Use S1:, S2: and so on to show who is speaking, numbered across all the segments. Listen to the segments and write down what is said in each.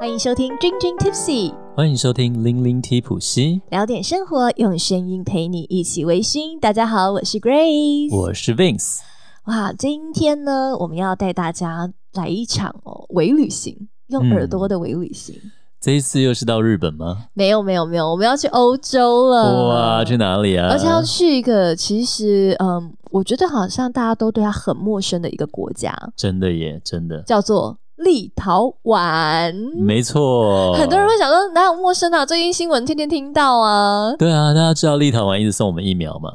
S1: 欢迎收听《君君 Tipsy》，
S2: 欢迎收听零零提普西，
S1: 聊点生活，用声音陪你一起微醺。大家好，我是 Grace。
S2: 我是 Vince。
S1: 哇，今天呢，我们要带大家来一场哦伪旅行，用
S2: 嗯
S1: 耳朵的伪旅行。
S2: 这一次又是到日本吗？
S1: 没有，没有，没有，我们要去欧洲了。
S2: 哇，去哪里啊？
S1: 呃而且要去一个其实，嗯，我觉得好像大家都对它很陌生的一个国家，
S2: 真的耶，真的，
S1: 叫做立陶宛。
S2: 没错。
S1: 很多人会想说，哪有陌生啊？最近新闻天天听到啊。
S2: 对啊，大家知道立陶宛一直送我们疫苗吗？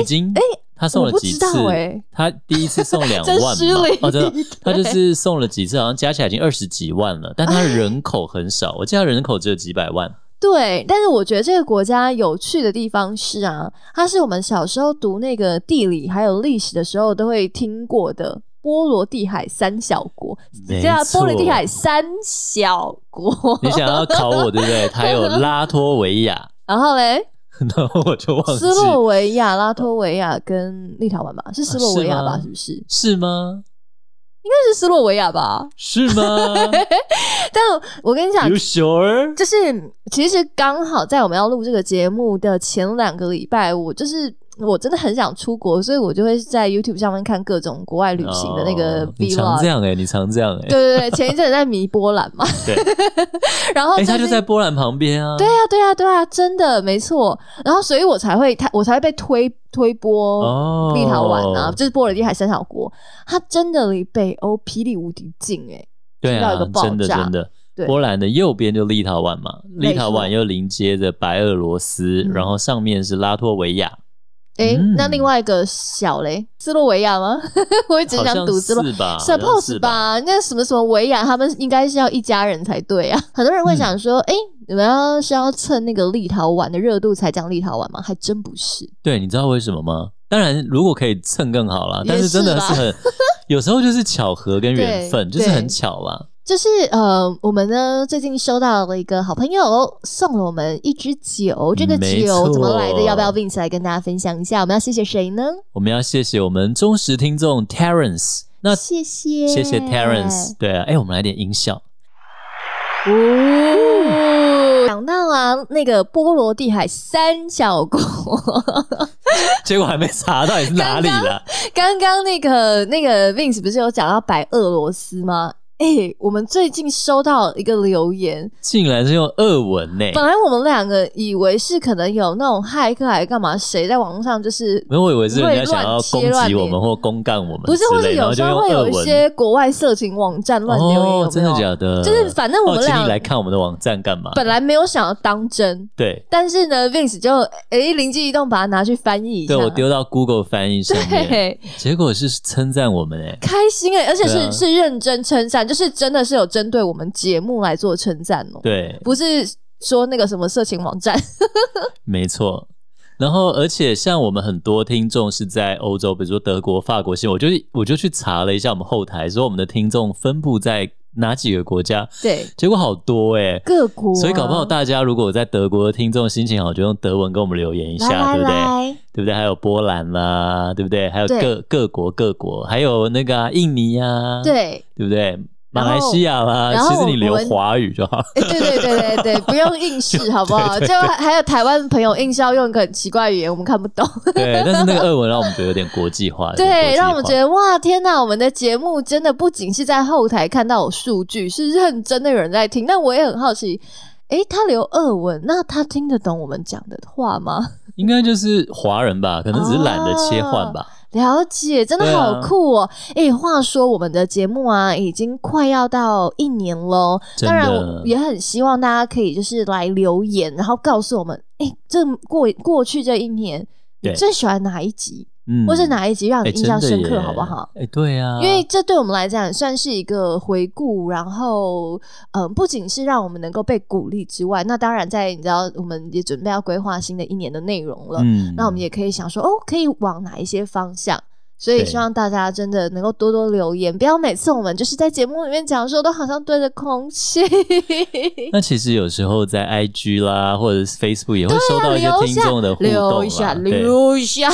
S2: 已经，他送
S1: 我
S2: 了
S1: 不
S2: 几
S1: 知
S2: 次
S1: 道？哎、
S2: 他第一次送两
S1: 真
S2: 万嘛
S1: 失礼，
S2: 哦，真的，他就
S1: 对
S2: 是送了几次，好像加起来已经二十几万了，但他人口很少，我记得他人口只有几百万。
S1: 对，但是我觉得这个国家有趣的地方是啊，它是我们小时候读那个地理还有历史的时候都会听过的波罗的海三小国，
S2: 没
S1: 叫
S2: 错
S1: 波罗的海三小国。
S2: 你想要考我对不 对？他有拉脱维亚，
S1: 然后嘞，
S2: 然后我就忘记
S1: 斯洛维亚、拉脱维亚跟立陶宛吧，是斯洛维亚吧？
S2: 啊是
S1: 是
S2: 吗
S1: 不是？应
S2: 是吗？
S1: 该是斯洛维亚吧？
S2: 是吗
S1: 但我跟你讲
S2: ？You，sure？
S1: 就是其实刚好在我们要录这个节目的前两个礼拜，我就是我真的很想出国，所以我就会在 YouTube 上面看各种国外旅行的那个
S2: 哦你常这
S1: vlog。
S2: 样哎、你常这样哎、
S1: 对对对，前一阵在迷波兰嘛，
S2: 对，
S1: 然后
S2: 哎、
S1: 最
S2: 他
S1: 近
S2: 就在波兰旁边啊。
S1: 对啊对啊对啊，真的没错。然后所以我才会他我才会被推推波
S2: 哦，
S1: 立陶宛啊，就是波罗的海三小国，它真的离北欧霹雳无敌近哎、
S2: 对
S1: 听到
S2: 啊
S1: 一个爆炸，
S2: 真的真的
S1: 对。
S2: 波兰的右边就立陶宛嘛，
S1: 没错
S2: 立陶宛又临接着白俄罗斯，
S1: 嗯
S2: 然后上面是拉脱维亚，
S1: 诶，
S2: 嗯
S1: 那另外一个小嘞，斯洛维亚吗？ 我一直
S2: 好
S1: 想
S2: 像
S1: 读斯洛
S2: 是吧好像
S1: ，suppose
S2: 是？
S1: 吧，那什么什么维亚，他们应该是要一家人才对啊。 很多人会想说，诶，
S2: 嗯
S1: 你们要是要蹭那个立陶宛的热度才讲立陶宛吗？还真不是，
S2: 对，你知道为什么吗？当然，如果可以蹭更好啦，
S1: 也
S2: 但是真的
S1: 是吧
S2: 是 很，有时候就是巧合跟缘分，
S1: 对
S2: 就是很
S1: 对
S2: 巧啦。
S1: 就是呃，我们呢最近收到了一个好朋友送了我们一支酒，这个
S2: 没
S1: 酒怎么
S2: 错
S1: 来的？要不要 Vince 来跟大家分享一下？我们要谢谢谁呢？
S2: 我们要谢谢我们忠实听众 Terence，那
S1: 谢谢，
S2: 谢谢 Terence，对啊，哎、我们来点音效，
S1: 哦，讲到啊，那个波罗的海三小国，
S2: 结果还没查到底是哪里啦。
S1: 刚刚那个那个 Vince 不是有讲到白俄罗斯吗？哎、我们最近收到一个留言，
S2: 竟然是用俄文呢、
S1: 本来我们两个以为是可能有那种骇客还干嘛，谁在网络上就是
S2: 没有，我以为是人家想要
S1: 会
S2: 攻
S1: 乱
S2: 击
S1: 切
S2: 我
S1: 乱
S2: 们或公干我们之
S1: 不
S2: 类，
S1: 是，或者有
S2: 然后
S1: 时
S2: 就
S1: 候
S2: 用
S1: 会
S2: 俄
S1: 有一
S2: 文。
S1: 些国外色情网站乱留言，有没有
S2: 哦，真的假的？
S1: 就是反正我们
S2: 哦请
S1: 俩
S2: 你来看我们的网站干嘛？
S1: 本来没有想要当真，
S2: 对，
S1: 但是呢，Vince 就哎灵机一动把它拿去翻译一下，
S2: 对我丢到 Google 翻译上面，
S1: 对。
S2: 结果是称赞我们哎、
S1: 开心哎、而且是、
S2: 对啊
S1: 是认真称赞，就是真的是有针对我们节目来做称赞哦，
S2: 对，
S1: 不是说那个什么色情网站。
S2: 没错。然后，而且像我们很多听众是在欧洲，比如说德国、法国现，我就我就去查了一下我们后台，说我们的听众分布在哪几个国家，
S1: 对，
S2: 结果好多哎、
S1: 各国啊、
S2: 所以搞不好大家如果在德国的听众心情好，就用德文跟我们留言一下，
S1: 来来
S2: 对不对？
S1: 来，
S2: 对不对？还有波兰啦，对不对？还有
S1: 对
S2: 各各国各国，还有那个、啊、印尼呀、啊，
S1: 对，
S2: 对不对？
S1: 然
S2: 马
S1: 后
S2: 来西亚啦，
S1: 然后
S2: 其实你留
S1: 我们
S2: 华语就好。
S1: 哎、对对对对 对，不用硬试好不好？
S2: 对对
S1: 就还有台湾朋友硬是要用一个很奇怪的语言，我们看不懂。
S2: 对，但是那个俄文让我们觉得有点国际化，有点国
S1: 对，
S2: 际
S1: 让我们
S2: 化
S1: 觉得哇，天哪！我们的节目真的不仅是在后台看到有数据，是认真的有人在听。但我也很好奇，哎、他留俄文，那他听得懂我们讲的话吗？
S2: 应该就是华人吧，可能只是懒得切换吧。
S1: 了解，真的好
S2: 对啊
S1: 酷哦！哎、话说我们的节目啊，已经快要到一年喽。
S2: 真
S1: 当
S2: 的
S1: 然，我也很希望大家可以就是来留言，然后告诉我们，哎、这过过去这一年，你
S2: 对
S1: 最喜欢哪一集，
S2: 嗯
S1: 或是哪一集让你
S2: 哎
S1: 印象深
S2: 真的
S1: 刻，
S2: 耶
S1: 好不好？
S2: 哎、对啊，
S1: 因为这对我们来讲也算是一个回顾，然后，嗯，不仅是让我们能够被鼓励之外，那当然在你知道，我们也准备要规划新的一年的内容了。
S2: 嗯
S1: 那我们也可以想说，哦，可以往哪一些方向？所以
S2: 对
S1: 希望大家真的能够多多留言，不要每次我们就是在节目里面讲的时候，都好像对着空气。
S2: 那其实有时候在
S1: 啊
S2: IG 啦，或者是 Facebook 也会收到一些
S1: 留
S2: 听众的互动啦
S1: 留一下，
S2: 对
S1: 留一下。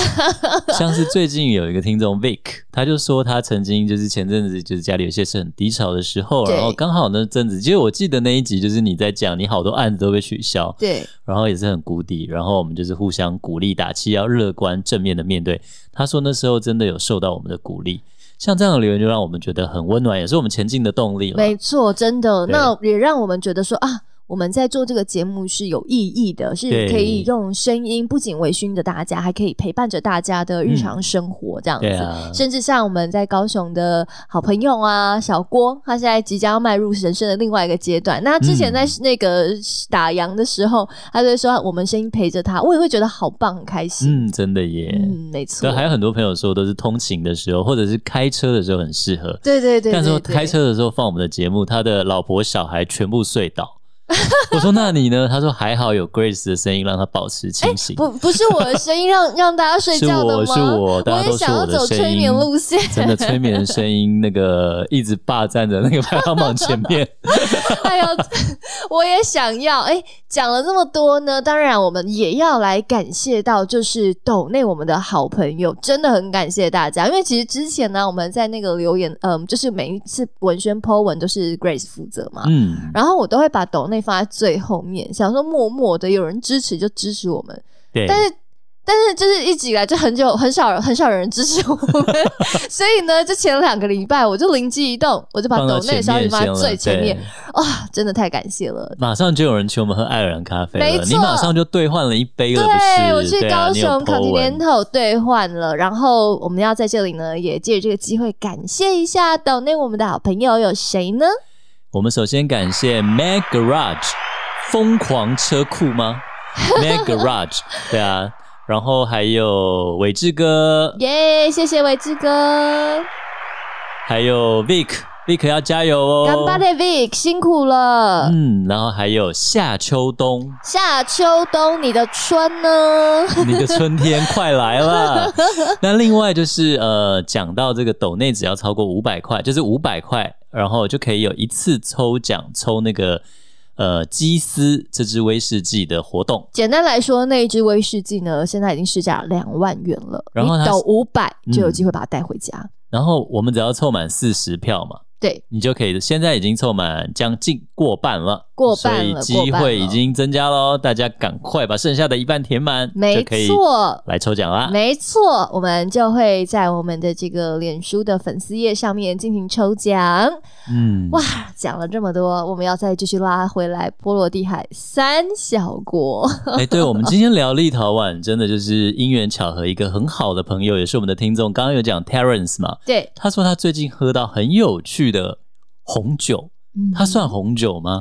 S2: 像是最近有一个听众 Vic，他就说他曾经就是前阵子就是家里有些事很低潮的时候，
S1: 对
S2: 然后刚好那阵子，其实我记得那一集就是你在讲你好多案子都被取消，
S1: 对，
S2: 然后也是很谷底，然后我们就是互相鼓励打气，要乐观正面的面对。他说那时候真的有受到我们的鼓励，像这样的留言就让我们觉得很温暖，也是我们前进的动力了。
S1: 没错，真的，
S2: 对
S1: 那也让我们觉得说啊。我们在做这个节目是有意义的，是
S2: 对
S1: 可以用声音不仅微醺的大家，还可以陪伴着大家的日常生活这样子。
S2: 嗯对啊
S1: 甚至像我们在高雄的好朋友啊，小郭，他现在即将要迈入人生的另外一个阶段。那之前在
S2: 嗯
S1: 那个打烊的时候，他就会说我们声音陪着他，我也会觉得好棒，很开心。
S2: 嗯，真的耶。
S1: 嗯，没错
S2: 对，。还有很多朋友说都是通勤的时候，或者是开车的时候很适合。
S1: 对对对对
S2: 但是我
S1: 对
S2: 开车的时候放我们的节目，他的老婆小孩全部睡 倒。我说那你呢？他说还好有 Grace 的声音让他保持清醒。
S1: 不不是我的声音让 让大家睡
S2: 是
S1: 觉的
S2: 我
S1: 吗？
S2: 是我，大家
S1: 也
S2: 都说
S1: 想要
S2: 的
S1: 走
S2: 声音
S1: 催眠路线，
S2: 真的催眠声音那个一直霸占着那个排行榜前面。
S1: 哎呦，我也想要。哎，讲了这么多呢，当然我们也要来感谢到就是抖内我们的好朋友，真的很感谢大家。因为其实之前呢，我们在那个留言，嗯，就是每一次文宣 po 文都是 Grace 负责嘛。
S2: 嗯，
S1: 然后我都会把抖内放在最后面，想说默默的有人支持就支持我们，
S2: 对，
S1: 但是但是就是一直以来就很久很少很少有人支持我们， 所以呢，就前两个礼拜我就灵机一动，我就把
S2: 放到
S1: 抖内的
S2: 前
S1: 消息
S2: 面
S1: 放
S2: 先
S1: 在
S2: 了，
S1: 最前面
S2: 对，
S1: 啊、真的太感谢了。
S2: 马上就有人请我们喝爱尔兰咖啡
S1: 没
S2: 了，
S1: 错
S2: 你马上就兑换了一杯了，不
S1: 对，我
S2: 是？
S1: 去
S2: 对啊
S1: 高
S2: 你有
S1: 雄
S2: po 文
S1: Continental 兑换了，然后我们要在这里呢，也借这个机会感谢一下岛内我们的好朋友有谁呢？
S2: 我们首先感谢 Mag Garage 疯狂车库吗 ？Mag Garage 对啊，然后还有伟志哥，
S1: 耶、谢谢维志哥，
S2: 还有 Vic Vic 要加油哦，
S1: 干巴的 Vic 辛苦了。
S2: 嗯，然后还有夏秋冬，
S1: 夏秋冬，你的春呢？
S2: 你的春天快来 了。那另外就是呃，讲到这个斗内只要超过五百块，就是五百块，然后就可以有一次抽奖抽那个呃基斯这支威士忌的活动。
S1: 简单来说，那一支威士忌呢，现在已经市价两万元了，
S2: 然后它
S1: 你
S2: 是
S1: 抖五百
S2: 嗯
S1: 就有机会把它带回家。
S2: 然后我们只要凑满四十票嘛，
S1: 对，
S2: 你就可以现在已经凑满将近过半了，
S1: 过半了
S2: 所以机
S1: 过半
S2: 会
S1: 了
S2: 已经增加喽。大家赶快把剩下的一半填满，就
S1: 没
S2: 可以
S1: 错。
S2: 来抽奖啦。
S1: 没错，我们就会在我们的这个脸书的粉丝页上面进行抽奖。
S2: 嗯，
S1: 哇，讲了这么多，我们要再继续拉回来波罗的海三小国。
S2: 哎、对，我们今天聊立陶宛，真的就是因缘巧合，一个很好的朋友，也是我们的听众。刚刚有讲 Terence 嘛，
S1: 对，
S2: 他说他最近喝到很有趣的红酒，
S1: 嗯
S2: 它算红酒吗？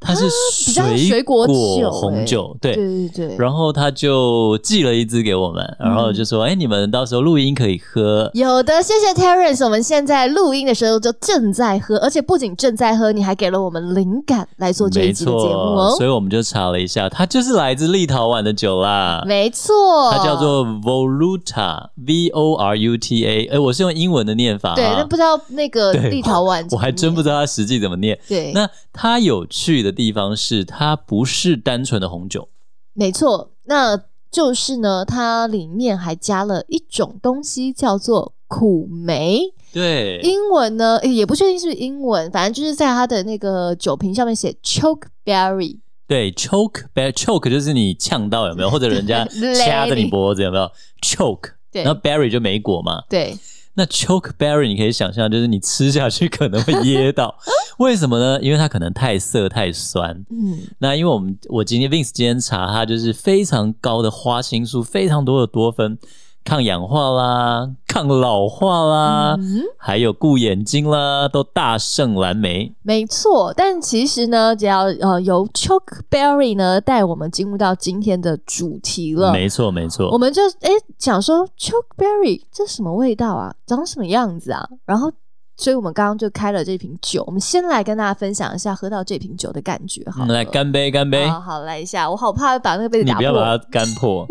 S2: 它是
S1: 啊比较水
S2: 果
S1: 果酒
S2: 红
S1: 哎
S2: 酒，对。
S1: 对对对，
S2: 然后他就寄了一支给我们，然
S1: 嗯
S2: 后就说：“哎、你们到时候录音可以喝。
S1: 有的，谢谢 Terence。我们现在录音的时候就正在喝，而且不仅正在喝，你还给了我们灵感来做这
S2: 没
S1: 一集的节目
S2: 错，
S1: 哦。
S2: 所以我们就查了一下，它就是来自立陶宛的酒啦。
S1: 没错，
S2: 啊它叫做 Voluta，V O R U T A。哎，我是用英文的念法、啊，
S1: 对，但不知道那个
S2: 对
S1: 立陶宛，
S2: 我还真不知道它实际怎么念。
S1: 对，
S2: 那它有趣的地方是，它不是单纯的红酒，
S1: 没错，那就是呢，它里面还加了一种东西，叫做苦梅。
S2: 对，
S1: 英文呢，诶也不确定是不是英文，反正就是在它的那个酒瓶上面写 chokeberry。
S2: 对，choke bear choke 就是你呛到有 没有，或者人家
S1: 勒
S2: 掐着你
S1: 你
S2: 脖子有没有 choke，
S1: 对
S2: 然后 berry 就莓果嘛，
S1: 对，
S2: 那 choke berry 你可以想象，就是你吃下去可能会噎到， 为什么呢？因为它可能太涩太酸。
S1: 嗯，
S2: 那因为我们我今天 Vince 今天查它就是非常高的花青素，非常多的多酚，抗氧化啦， 抗老化啦，
S1: 嗯
S2: 还有顾眼睛啦，都大胜蓝莓。
S1: 没错，但其实呢，只要呃由 Chokeberry 呢带我们进入到今天的主题了。
S2: 没错，没
S1: 我
S2: 错。
S1: 们就哎想说 Chokeberry 这什么味道啊，长什么样子啊？然后，所以我们刚刚就开了这瓶酒，我们先来跟大家分享一下喝到这瓶酒的感觉好了。
S2: 我嗯们来干杯，干杯！
S1: 好好来一下，我好怕把那个杯子
S2: 你
S1: 打
S2: 不
S1: 破。
S2: 要把它干破。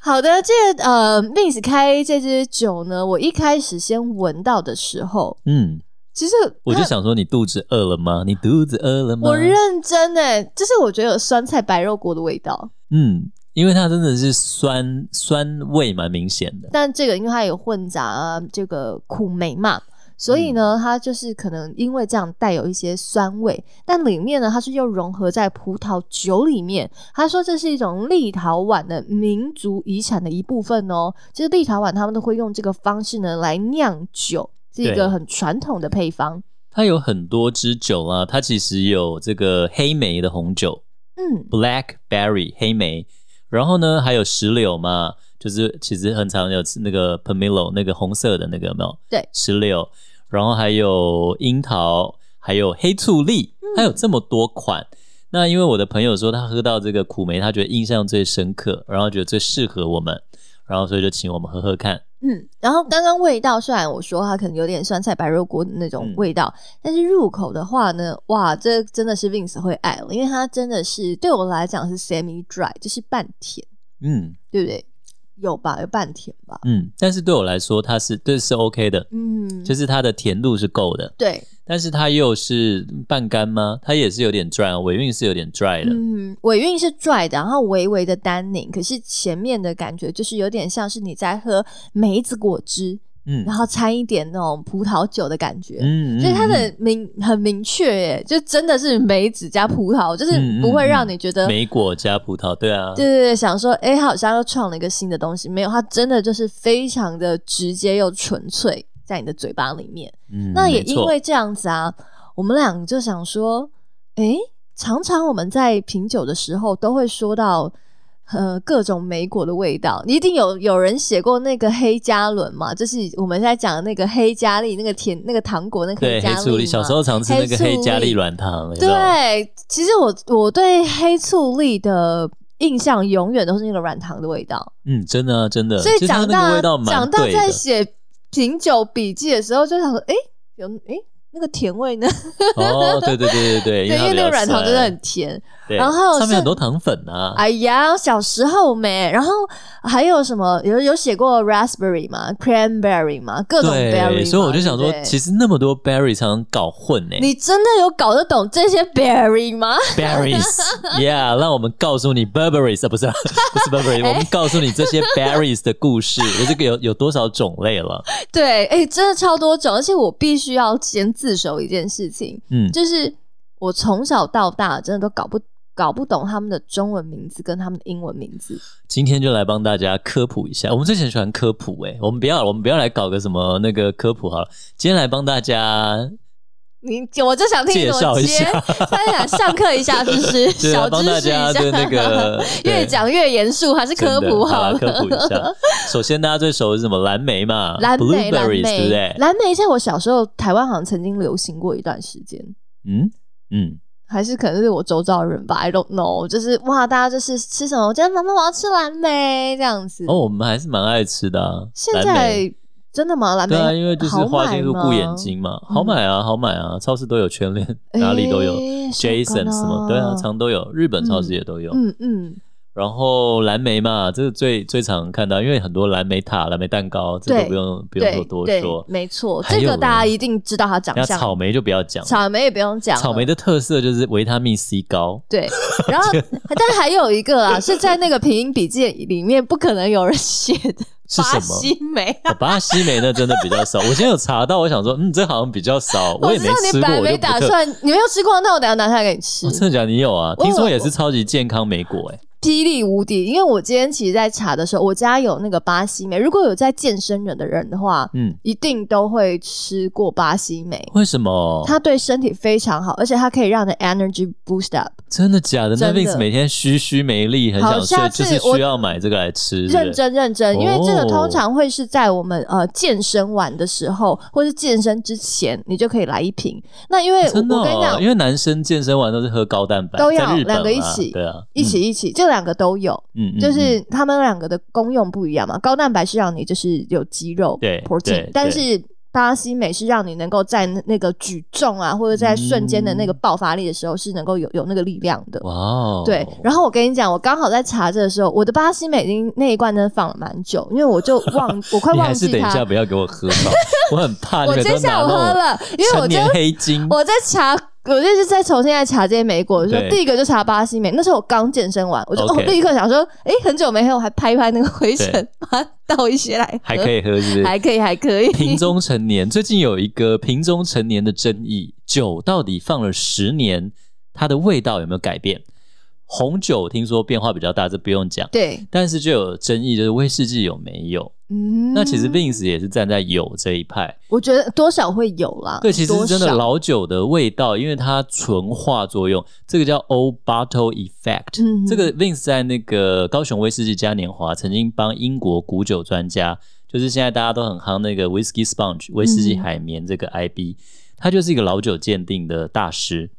S1: 好的，这呃 m i s 开这支酒呢，我一开始先闻到的时候，
S2: 嗯，
S1: 其实
S2: 我就想说，你肚子饿了
S1: 啊
S2: 吗？你肚子饿了吗？
S1: 我认真哎、就是我觉得有酸菜白肉锅的味道。
S2: 嗯，因为它真的是酸酸味蛮明显的。
S1: 但这个因为它有混杂、呃这个苦梅嘛，所以呢，它就是可能因为这样带有一些酸味，但里面呢，它是又融合在葡萄酒里面。他说这是一种立陶宛的民族遗产的一部分哦，就是立陶宛他们都会用这个方式呢来酿酒，是一
S2: 对
S1: 个很传统的配方。
S2: 它有很多支酒啊，它其实有这个黑莓的红酒
S1: 嗯，
S2: （blackberry 黑莓），然后呢还有石榴嘛，就是其实很常有吃那个 pomelo 那个红色的那个有没有？
S1: 对，
S2: 石榴，然后还有樱桃，还有黑醋栗，它有这么多款。那因为我的朋友说他喝到这个苦梅，他觉得印象最深刻，然后觉得最适合我们，然后所以就请我们喝喝看。
S1: 嗯，然后刚刚味道，虽然我说它可能有点酸菜白肉锅的那种
S2: 嗯
S1: 味道，但是入口的话呢，哇，这真的是 Vince 会爱了，因为它真的是对我来讲是 semi dry，就是半甜，
S2: 嗯
S1: 对不对？有吧，有半甜吧？
S2: 嗯，但是对我来说，它是这是 OK 的，
S1: 嗯，
S2: 就是它的甜度是够的，
S1: 对，
S2: 但是它又是半干吗？它也是有点 dry，啊尾韵是有点 dry 的。
S1: 嗯，尾韵是 dry 的，然后微微的单宁，可是前面的感觉就是有点像是你在喝梅子果汁，
S2: 嗯
S1: 然后掺一点那种葡萄酒的感觉。
S2: 嗯
S1: 所以它
S2: 嗯
S1: 的明很明确耶，就真的是梅子加葡萄，就是
S2: 嗯嗯
S1: 不会让
S2: 嗯
S1: 你觉得，对
S2: 莓果加葡萄，对啊，
S1: 呃对对，想说哎、诶好像又创了一个新的东西，没有，它真的就是非常的直接又纯粹在你的嘴巴里面。
S2: 嗯
S1: 那也
S2: 没
S1: 因
S2: 错
S1: 为这样子啊，我们俩就想说，哎、常常我们在品酒的时候都会说到。呃，各种莓果的味道，一定有有人写过那个黑加仑嘛？就是我们现在讲的那个黑加利，那个甜，那个糖果，那个
S2: 对黑
S1: 加
S2: 醋栗，
S1: 利
S2: 小
S1: 嘛
S2: 时候常吃那个
S1: 黑
S2: 黑
S1: 醋栗
S2: 加利软糖，有没有
S1: 对，其实我我对黑醋栗的印象永远都是那个软糖的味道，
S2: 嗯，真的啊真的，
S1: 所以
S2: 其实它
S1: 长
S2: 那个
S1: 大
S2: 味道蛮
S1: 长大
S2: 对
S1: 在
S2: 的
S1: 写品酒笔记的时候，就想说，哎、有哎、那个甜味呢？
S2: 哦，对对对对对，
S1: 对，因
S2: 它
S1: 为
S2: 比
S1: 那个
S2: 较
S1: 软糖
S2: 酸
S1: 真的很甜。
S2: 对
S1: 然后是
S2: 上面很多糖粉啊，
S1: 哎呀，小时候没，然后还有什么有有写过 raspberry 嘛，cranberry 嘛，各种 berry，
S2: 对，所以
S1: 嘛
S2: 我就想说，其
S1: 实
S2: 实那么多 berry 常常搞混欸呢、
S1: 你真的有搞得懂这些 berry 吗？
S2: berries，yeah，让我们告诉你 Burberries 啊，不是啊 不是 Burberry，、我
S1: 哎
S2: 们告诉你这些 berries 的故事，有这个有有多少种类了？
S1: 对，哎、真的超多种，而且我必须要先自首一件事情，
S2: 嗯，
S1: 就是我从小到大真的都搞不搞不懂他们的中文名字跟他们的英文名字。
S2: 今天就来帮大家科普一下。我们之前喜欢科普、欸，我们不要我们不要来搞个什么那个科普好了，今天来帮大家，
S1: 你我就想听你
S2: 介
S1: 怎
S2: 绍
S1: 么
S2: 一
S1: 接
S2: 下，
S1: 他想上课一下，是不是？
S2: 对啊，
S1: 小
S2: 帮
S1: 知
S2: 大
S1: 识一
S2: 家
S1: 下，
S2: 对那个
S1: 越
S2: 对
S1: 讲越严肃，还是科
S2: 真的
S1: 普
S2: 好
S1: 好
S2: 啦
S1: 了。
S2: 科普一下。首先，大家最熟的是什么？蓝莓嘛，
S1: 蓝莓，蓝
S2: blueberries，对不
S1: 莓
S2: 对，？
S1: 蓝莓在我小时候台湾好像曾经流行过一段时间，
S2: 嗯嗯，
S1: 还是可能是我周遭的人吧，I don't know。就是哇，大家就是吃什么？我今天妈妈我要吃蓝莓这样子。
S2: 哦，我们还是蛮爱吃的、啊。
S1: 现
S2: 蓝莓
S1: 在真的吗？蓝莓
S2: 对啊，因为就是
S1: 好
S2: 花
S1: 买
S2: 千骨
S1: 吗嗯
S2: 顾眼睛嘛，好买啊，好买啊，超市都有全联，哪里都有
S1: 诶是
S2: ，Jason
S1: 吗
S2: 什么，对啊，常都有，日本超市也都有。
S1: 嗯嗯，
S2: 然后蓝莓嘛，这是最最常看到，因为很多蓝莓塔、蓝莓蛋糕，这
S1: 对
S2: 个不用不用
S1: 对
S2: 说多
S1: 对
S2: 说，。
S1: 没错，
S2: 还
S1: 这
S2: 有
S1: 个大家
S2: 呢
S1: 一定知道它长
S2: 那
S1: 相。
S2: 草莓就不要讲，
S1: 草莓也不用讲了，
S2: 草莓的特色就是维他命 C 高，
S1: 对，然后但还有一个啊，是在那个品饮笔记里面不可能有人写的
S2: 是
S1: 巴
S2: 什么？
S1: 西莓。
S2: 哦巴西莓那真的比较少，我今天有查到，我想说，嗯，这好像比较少，也
S1: 知
S2: 没
S1: 道
S2: 吃
S1: 你本
S2: 过，
S1: 来
S2: 我就
S1: 没
S2: 不
S1: 打
S2: 特。
S1: 算，你没有吃过，那我等一下拿下来给你吃
S2: 哦、。真的假的？你有啊？
S1: 我有
S2: 听说也是超级健康莓果、欸，哎，
S1: 霹雳无敌！因为我今天其实，在查的时候，我家有那个巴西莓。如果有在健身人的人的话，
S2: 嗯，
S1: 一定都会吃过巴西莓。
S2: 为什么？
S1: 它对身体非常好，而且它可以让你的 energy boost up。
S2: 真的假的？那
S1: 真的
S2: Vince 每天虚虚没力，很
S1: 好
S2: 想
S1: 下次
S2: 睡，就是
S1: 我
S2: 需要买这个来吃。对
S1: 认
S2: 不对
S1: 真认真，因为这个
S2: 哦
S1: 通常会是在我们呃健身完的时候，或是健身之前，你就可以来一瓶。那因为我,、
S2: 真的、
S1: 我跟你
S2: 哦，
S1: 讲
S2: 因，为男生健身完都是喝高蛋白，
S1: 都要
S2: 在日本
S1: 两
S2: 啊
S1: 个一起
S2: 对啊，
S1: 一起一起，这两个都有，
S2: 嗯，嗯，嗯
S1: 就是他们两个的功用不一样嘛。高蛋白是让你就是有肌肉
S2: 对
S1: protein，
S2: 对
S1: 但是。巴西美是让你能够在那个举重啊，或者
S2: 嗯
S1: 在瞬间的那个爆发力的时候，是能够有有那个力量的。
S2: 哇哦，
S1: 对，然后我跟你讲，我刚好在查这的时候，我的巴西美已经那一罐真的放了蛮久，因为我就 忘，我快
S2: 你
S1: 忘
S2: 还是
S1: 记
S2: 等一
S1: 它。
S2: 下不要给我喝吧，我很怕你
S1: 我
S2: 们
S1: 今
S2: 都
S1: 天
S2: 拿
S1: 下午喝
S2: 那种
S1: 了，因为我就
S2: 成年黑金。
S1: 我在查我就是在重新来查这些美国的时候，
S2: 对
S1: 第一个就查巴西美，那时候我刚健身完，我就
S2: OK
S1: 哦立刻想说，哎、很久没喝，我还拍一拍那个灰尘
S2: 对，
S1: 把它倒一些来喝，
S2: 还可以喝，是不是？
S1: 还可以，还可以。
S2: 瓶中成年最近有一个瓶中成年的争议，酒到底放了十年，它的味道有没有改变？红酒听说变化比较大，这不用讲。
S1: 对，
S2: 但是就有争议，就是威士忌有没有？
S1: 嗯，
S2: 那其实 Vince 也是站在有这一派。
S1: 我觉得多少会有啦。
S2: 对，其实
S1: 多
S2: 真的
S1: 少
S2: 老酒的味道，因为它纯化作用，这个叫 old bottle effect。
S1: 嗯
S2: 这个 Vince 在那个高雄威士忌嘉年华曾经帮英国古酒专家，就是现在大家都很夯那个 Whisky Sponge 威士忌海绵这个
S1: 嗯
S2: IB，、他就是一个老酒鉴定的大师。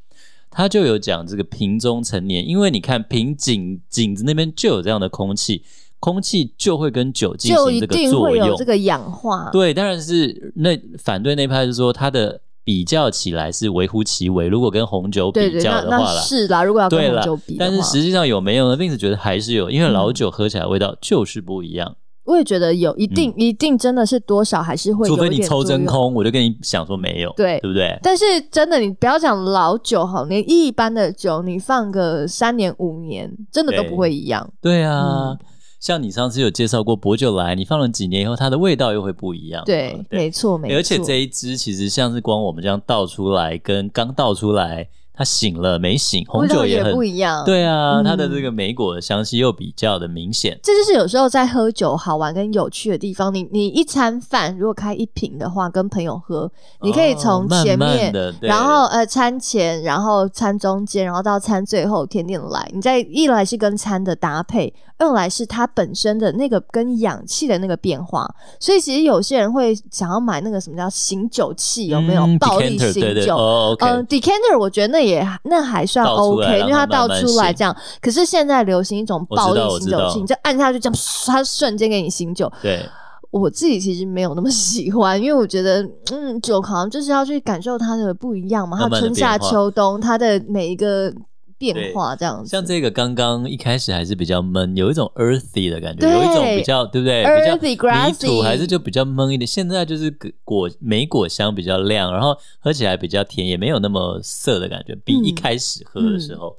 S2: 他就有讲这个瓶中陈年，因为你看瓶颈颈子那边就有这样的空气，空气就会跟酒进
S1: 就
S2: 行
S1: 一
S2: 这个
S1: 定
S2: 作
S1: 会有
S2: 用
S1: 这，个氧化。
S2: 对，当然是那反对那派是说它的比较起来是微乎其微，如果跟红酒
S1: 对
S2: 比
S1: 对，
S2: 较
S1: 那
S2: 的话
S1: 那
S2: 啦，
S1: 是啦。如果要跟
S2: 对
S1: 红
S2: 啦
S1: 酒比的
S2: 但是
S1: 话
S2: 实际上有没有呢？Vince 觉得还是有，因为老
S1: 嗯
S2: 酒喝起来味道就是不一样，
S1: 我也觉得有一定、一定真的是多少还是会有
S2: 嗯除
S1: 一点
S2: 非你抽
S1: 作
S2: 真
S1: 用。
S2: 空，我就跟你想说没有，
S1: 对
S2: 对不对？
S1: 但是真的，你不要讲老酒好，连一般的酒，你放个三年五年，真的都
S2: 对
S1: 不会一样。
S2: 对啊
S1: 嗯，
S2: 像你上次有介绍过薄酒来，你放了几年以后，它的味道又会不一样，
S1: 对，没错，没错。
S2: 啊而且这一支其实像是光我们这样倒出来，跟刚倒出来，它醒了没醒，红
S1: 味道
S2: 酒
S1: 也
S2: 很
S1: 不一样。，
S2: 对啊，它的
S1: 嗯
S2: 这个莓果的香气又比较的明显。
S1: 这就是有时候在喝酒好玩跟有趣的地方。你你一餐饭如果开一瓶的话，跟朋友喝，你可以从前面。
S2: 哦慢慢的，对
S1: 然后呃，餐前，然后餐中间，然后到餐最后，甜点来，你再一来是跟餐的搭配，二来是它本身的那个跟氧气的那个变化。所以其实有些人会想要买那个什么叫醒酒器，有没有、
S2: 嗯
S1: 暴力
S2: decanter，
S1: 醒
S2: 对对
S1: 酒？
S2: 哦，OK，
S1: 嗯、d e c a n t e r 我觉得那也那还算
S2: 倒出来
S1: OK，
S2: 让
S1: 因为它
S2: 它
S1: 倒
S2: 慢慢
S1: 出来
S2: 醒
S1: 这样。可是现在流行一种
S2: 我知
S1: 暴力
S2: 道
S1: 醒
S2: 我知
S1: 酒
S2: 道
S1: 器，你就按下去这样，它瞬间给你醒酒。
S2: 对，
S1: 我自己其实没有那么 喜欢，因为我觉得，嗯，酒好像就是要去感受它的不一样嘛，它
S2: 慢慢地
S1: 春夏
S2: 变化
S1: 秋冬，它的每一个变化这样子。
S2: 像这个刚刚一开始还是比较闷，有一种 earthy 的感觉，
S1: 对
S2: 有一种比较对不对
S1: Earthy，
S2: 比较泥
S1: grassy
S2: 土还是就比较闷一点。现在就是果莓果香比较亮，然后喝起来比较甜，也没有那么涩的感觉，比一开始喝的时候，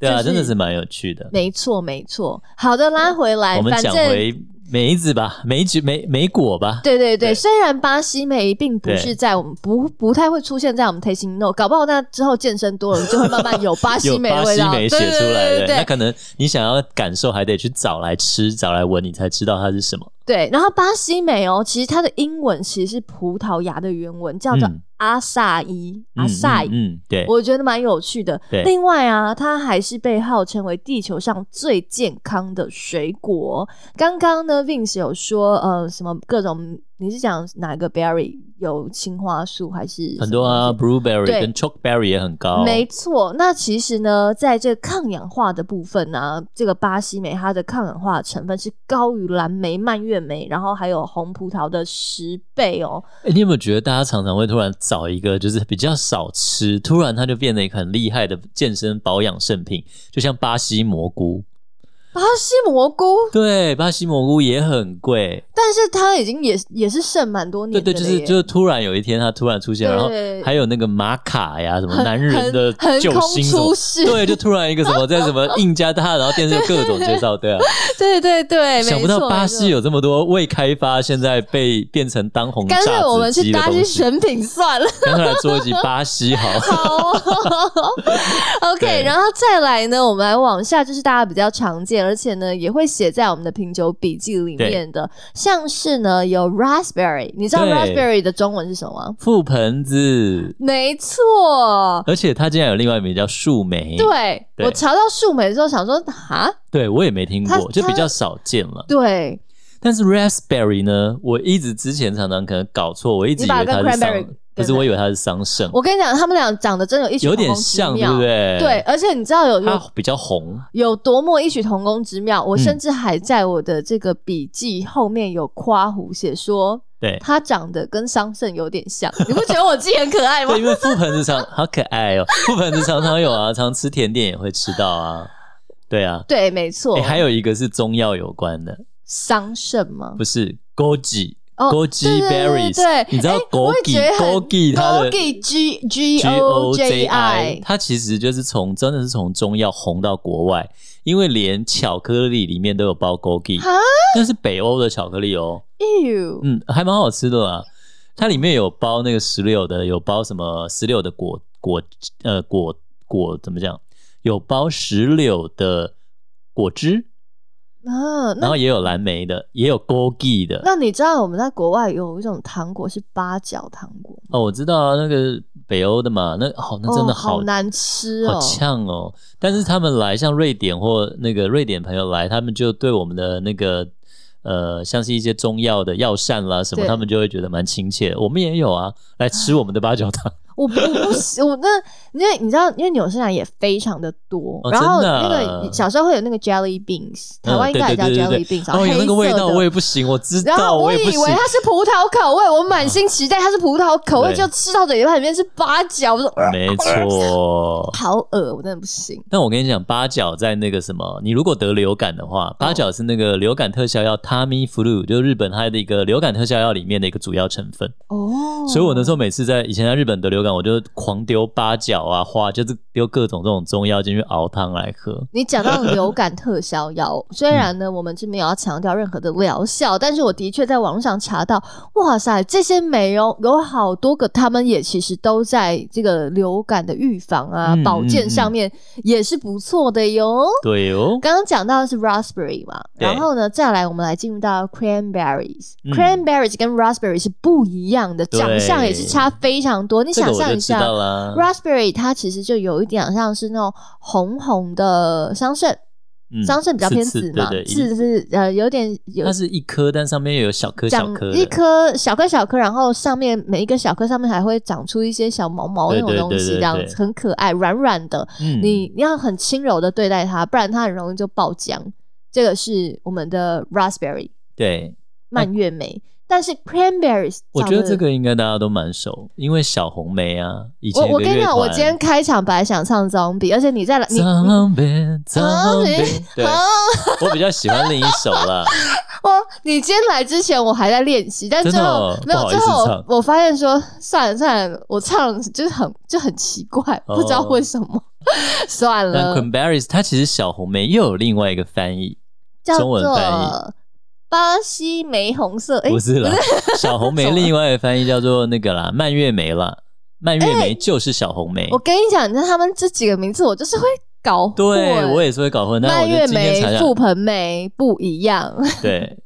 S2: 对
S1: 嗯就
S2: 啊，
S1: 是
S2: 真的是蛮有趣的。
S1: 没错，没错。好的，拉回来，
S2: 我们
S1: 反
S2: 讲
S1: 正。
S2: 回梅子吧，梅子梅梅果吧，
S1: 对对对，
S2: 对
S1: 虽然巴西莓并不
S2: 对
S1: 是在我们不不太会出现在我们 tasting note，搞不好那之后健身多了，就会慢慢有 巴西
S2: 有
S1: 莓的
S2: 巴
S1: 味
S2: 西
S1: 道。
S2: 梅
S1: 对
S2: 写
S1: 对对
S2: 出来
S1: 对
S2: 的，
S1: 对
S2: 那可能你想要感受，还得去找来吃、找来闻，你才知道它是什么。
S1: 对，然后巴西莓哦，其实它的英文其实是葡萄牙的原文，叫做
S2: 嗯
S1: 阿萨伊，阿
S2: 嗯
S1: 萨伊。
S2: 嗯，嗯对，
S1: 我觉得蛮有趣的。
S2: 对
S1: 另外啊，它还是被号称为地球上最健康的水果。刚刚呢，Vince 有说，呃，什么各种，你是讲哪个 berry 有青花素还是
S2: 很多啊
S1: 什么东西？
S2: ，blueberry
S1: 对
S2: 跟 chokeberry 也很高。
S1: 没错，那其实呢，在这个抗氧化的部分呢、这个巴西莓它的抗氧化成分是高于蓝莓、蔓越莓，然后还有红葡萄的十倍哦。
S2: 诶你有没有觉得大家常常会突然找一个就是比较少吃，突然它就变成一个很厉害的健身保养圣品，就像巴西蘑菇。
S1: 巴西蘑菇，
S2: 对，巴西蘑菇也很贵。
S1: 但是它已经也也是剩蛮多
S2: 对
S1: 年的
S2: 对，
S1: 了
S2: 就是
S1: 耶
S2: 就是突然有一天它突然出现，然后
S1: 对
S2: 还有那个玛卡呀，什么男人的
S1: 横横
S2: 救
S1: 空
S2: 星什么
S1: 出世，
S2: 对，就突然一个什么在什么印加他，然后电视有各种介绍，对啊，
S1: 对对对，
S2: 想不
S1: 没
S2: 到
S1: 错
S2: 巴西。
S1: 没错
S2: 有这么多未开发，现在被变成当红炸
S1: 干
S2: 子
S1: 脆我们去
S2: 鸡的
S1: 搭
S2: 东
S1: 去
S2: 西。
S1: 选品算了。
S2: 干脆来做一集巴西好，
S1: 好哦，OK，
S2: 对
S1: 然后再来呢，我们来往下，就是大家比较常见，而且呢也会写在我们的品酒笔记里面的，像是呢有 raspberry，你知道
S2: 对
S1: raspberry 的中文是什么吗？
S2: 覆盆子，
S1: 没错，
S2: 而且它竟然有另外一名叫树莓，
S1: 对
S2: 对
S1: 我查到树莓之后想说，哈，
S2: 对我也没听
S1: 它
S2: 过，就
S1: 它
S2: 比较少见了。
S1: 对，
S2: 但是 raspberry 呢，我一直之前常常可能搞错，我一直
S1: 你
S2: 以
S1: 把
S2: 为
S1: 它
S2: 它
S1: 跟 cranberry
S2: 是桑，不是
S1: 对
S2: 我以为它是桑葚，
S1: 我跟你讲，他们俩长得真的有异曲
S2: 有
S1: 同
S2: 点
S1: 工之
S2: 像，对
S1: 妙
S2: 不，对？
S1: 对，，而且你知道有有
S2: 它比较红，
S1: 有多么异曲同工之妙，我
S2: 嗯
S1: 甚至还在我的这个笔记后面有夸胡写说，
S2: 对，
S1: 它长得跟桑葚有点像，你不觉得我自己很可 爱吗
S2: 对，？因为覆盆子常好可爱哦，覆盆子常常有啊，常吃甜点也会吃到啊。对啊，
S1: 对，没错，
S2: 诶还有一个是中药有关的，
S1: 桑葚吗？
S2: 不是枸杞，
S1: 哦
S2: Goji
S1: 对对对
S2: berries，
S1: 对，
S2: 你知道
S1: 哎我也
S2: Gogi-
S1: 觉得很
S2: Gogi 它的
S1: Gogi G G
S2: G
S1: O
S2: O
S1: J
S2: J
S1: I
S2: I，它其实就是从真的是从中药红到国外，因为连巧克力里面都有包枸杞
S1: 哈，
S2: 那是北欧的巧克力哦，
S1: ew，
S2: 嗯，还蛮好吃的啦。它里面有包那个石榴的，有包什么石榴的果果呃果果怎么讲？有包石榴的果汁，
S1: 啊，
S2: 然
S1: 那
S2: 后也有蓝莓的，也有枸杞的。
S1: 那你知道我们在国外有一种糖果是八角糖果吗，
S2: 哦，我知道啊，那个北欧的嘛，那哦，那真的
S1: 哦好,、
S2: 好
S1: 难吃哦
S2: 好，呛哦！但是他们来，像瑞典或那个瑞典朋友来，他们就对我们的那个呃，像是一些中药的药膳啦什么，
S1: 对
S2: 他们就会觉得蛮亲切。我们也有啊，来吃我们的八角汤。
S1: 我我不喜我那因为你知道，因为纽西兰也非常的多，
S2: 哦
S1: 然后
S2: 真的
S1: 那
S2: 啊
S1: 个小时候会有那个 jelly beans，台湾
S2: 嗯
S1: 应该也叫
S2: 对对
S1: jelly
S2: 对对
S1: beans，、然后
S2: 哦，
S1: 黑
S2: 有
S1: 色
S2: 那个味道，
S1: 的
S2: 我也不行，我知
S1: 然
S2: 道，
S1: 后我
S2: 也不
S1: 以
S2: 行
S1: 为。它是葡萄口味，我满心期待它是葡萄口味，
S2: 对
S1: 就吃到嘴巴里面是八角，我说呃
S2: 没 错，
S1: 好恶，我真的不行。
S2: 但我跟你讲，八角在那个什么，你如果得流感的话，
S1: 嗯
S2: 八角是那个流感特效药 Tamiflu，就是日本它的一个流感特效药里面的一个主要成分。
S1: 哦，
S2: 所以我那时候每次在以前在日本得流感，我就狂丢八角啊、花，就是丢各种这种中药进去熬汤来喝。
S1: 你讲 到流感特效药，虽然呢我们是没有要强调任何的疗效，但是我的确在网络上查到，哇塞，这些美容有好多个，他们也其实都在这个流感的预防啊、
S2: 嗯
S1: 保健上面也是不错的哟。
S2: 对哦，
S1: 刚刚讲到的是 raspberry 嘛，
S2: 对
S1: 然后呢，再来我们来进入到 cranberries、
S2: 嗯
S1: cranberries 跟 raspberry 是不一样的，
S2: 对
S1: 长相也是差非常多。你
S2: 这个
S1: 想
S2: 我
S1: 象
S2: 就
S1: 一
S2: 知
S1: 下
S2: 道啦。
S1: ，raspberry 它其实就有一点像是那种红红的桑葚，
S2: 嗯
S1: 桑葚比较偏紫嘛，
S2: 刺刺对对
S1: 刺是呃有点有
S2: 它是一颗，但上面有小颗小
S1: 长
S2: 颗的
S1: 一颗小颗小颗，然后上面每一个小颗上面还会长出一些小毛毛那
S2: 对
S1: 种
S2: 对
S1: 东
S2: 对
S1: 西，
S2: 对
S1: 这样
S2: 对
S1: 子很可爱，软软的。
S2: 嗯
S1: 你要很轻柔的对待它，不然它很容易就爆浆。这个是我们的 raspberry
S2: 对，
S1: 蔓越莓，但是 cranberries
S2: 哎我
S1: 长
S2: 觉得这个应该大家都蛮熟，因为小红梅啊，以前
S1: 我
S2: 有
S1: 我
S2: 个
S1: 跟你
S2: 乐
S1: 讲，我
S2: 团
S1: 今天开场本来想唱 zombie，而且你再来你。你
S2: ，Zombie Zombie，对
S1: 啊，
S2: 我比较喜欢另一首啦，
S1: 我哦你今天来之前我还在练习，但
S2: 真
S1: 最
S2: 的
S1: 后、
S2: 哦
S1: 没有
S2: 不好
S1: 最
S2: 意思
S1: 后
S2: 唱
S1: 我我发现说算了算了，我唱就是很就很奇怪，
S2: 哦
S1: 不知道为什么， 算
S2: 但
S1: 了，
S2: Cranberries 它其实小红梅又有另外一个翻译，
S1: 叫
S2: 中文
S1: 做
S2: 翻译
S1: 巴西玫红色，哎、
S2: 不是啦，小 红梅另外的翻译叫做那个啦，蔓越莓啦，蔓越莓就是小红梅。
S1: 我跟你讲，你知道他们这几个名字，我就是会搞混。
S2: 对，我也是会搞混，但
S1: 蔓
S2: 我
S1: 越
S2: 就今天
S1: 莓
S2: 查、
S1: 覆
S2: 查，
S1: 盆莓不一样。
S2: 对，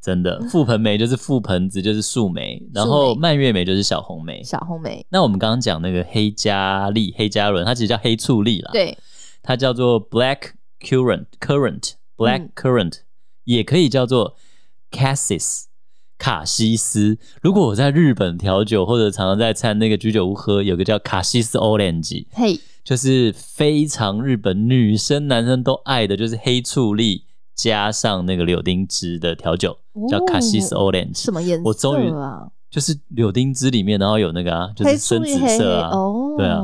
S2: 真的，覆盆梅就是覆盆子，就是树莓，然后
S1: 树莓
S2: 蔓越莓就是小红莓。
S1: 小红莓，
S2: 那我们刚刚讲那个黑加粒、黑加仑，它其实叫黑醋栗啦，
S1: 对，
S2: 它叫做 black currant currant black
S1: 嗯
S2: currant，、也可以叫做 cassis 卡西斯。如果我在日本调酒或者常常在餐那个居酒屋喝，有个叫卡西斯 orange，
S1: 嘿，
S2: 就是非常日本女生男生都爱的，就是黑醋栗加上那个柳丁汁的调酒，叫
S1: 哦
S2: 卡西斯 orange。
S1: 什么颜色、啊？
S2: 我终于就是柳丁汁里面，然后有那个啊，就是
S1: 黑醋
S2: 深
S1: 栗
S2: 紫
S1: 黑黑
S2: 色啊。
S1: 哦，
S2: 对啊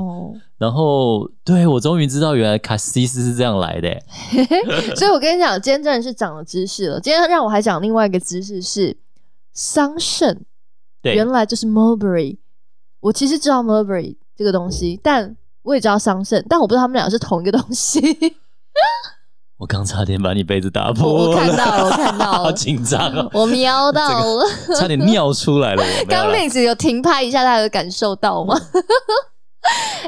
S2: 然后，对我终于知道，原来卡西斯是这样来的欸。
S1: 所以我跟你讲，今天真的是长了知识了。今天让我还讲另外一个知识是桑葚，
S2: 对，
S1: 原来就是 mulberry。我其实知道 mulberry 这个东
S2: 嗯
S1: 西，但我也知道桑葚，但我不知道他们俩是同一个东 西。
S2: 我刚差点把你杯子打
S1: 我
S2: 破
S1: 我看到了，我看到
S2: 好
S1: 了，
S2: 紧张哦，
S1: 我瞄到了。
S2: 差点尿出来了。我没有
S1: 刚
S2: 啦
S1: 妹子有停拍一下，大家有感受到 吗？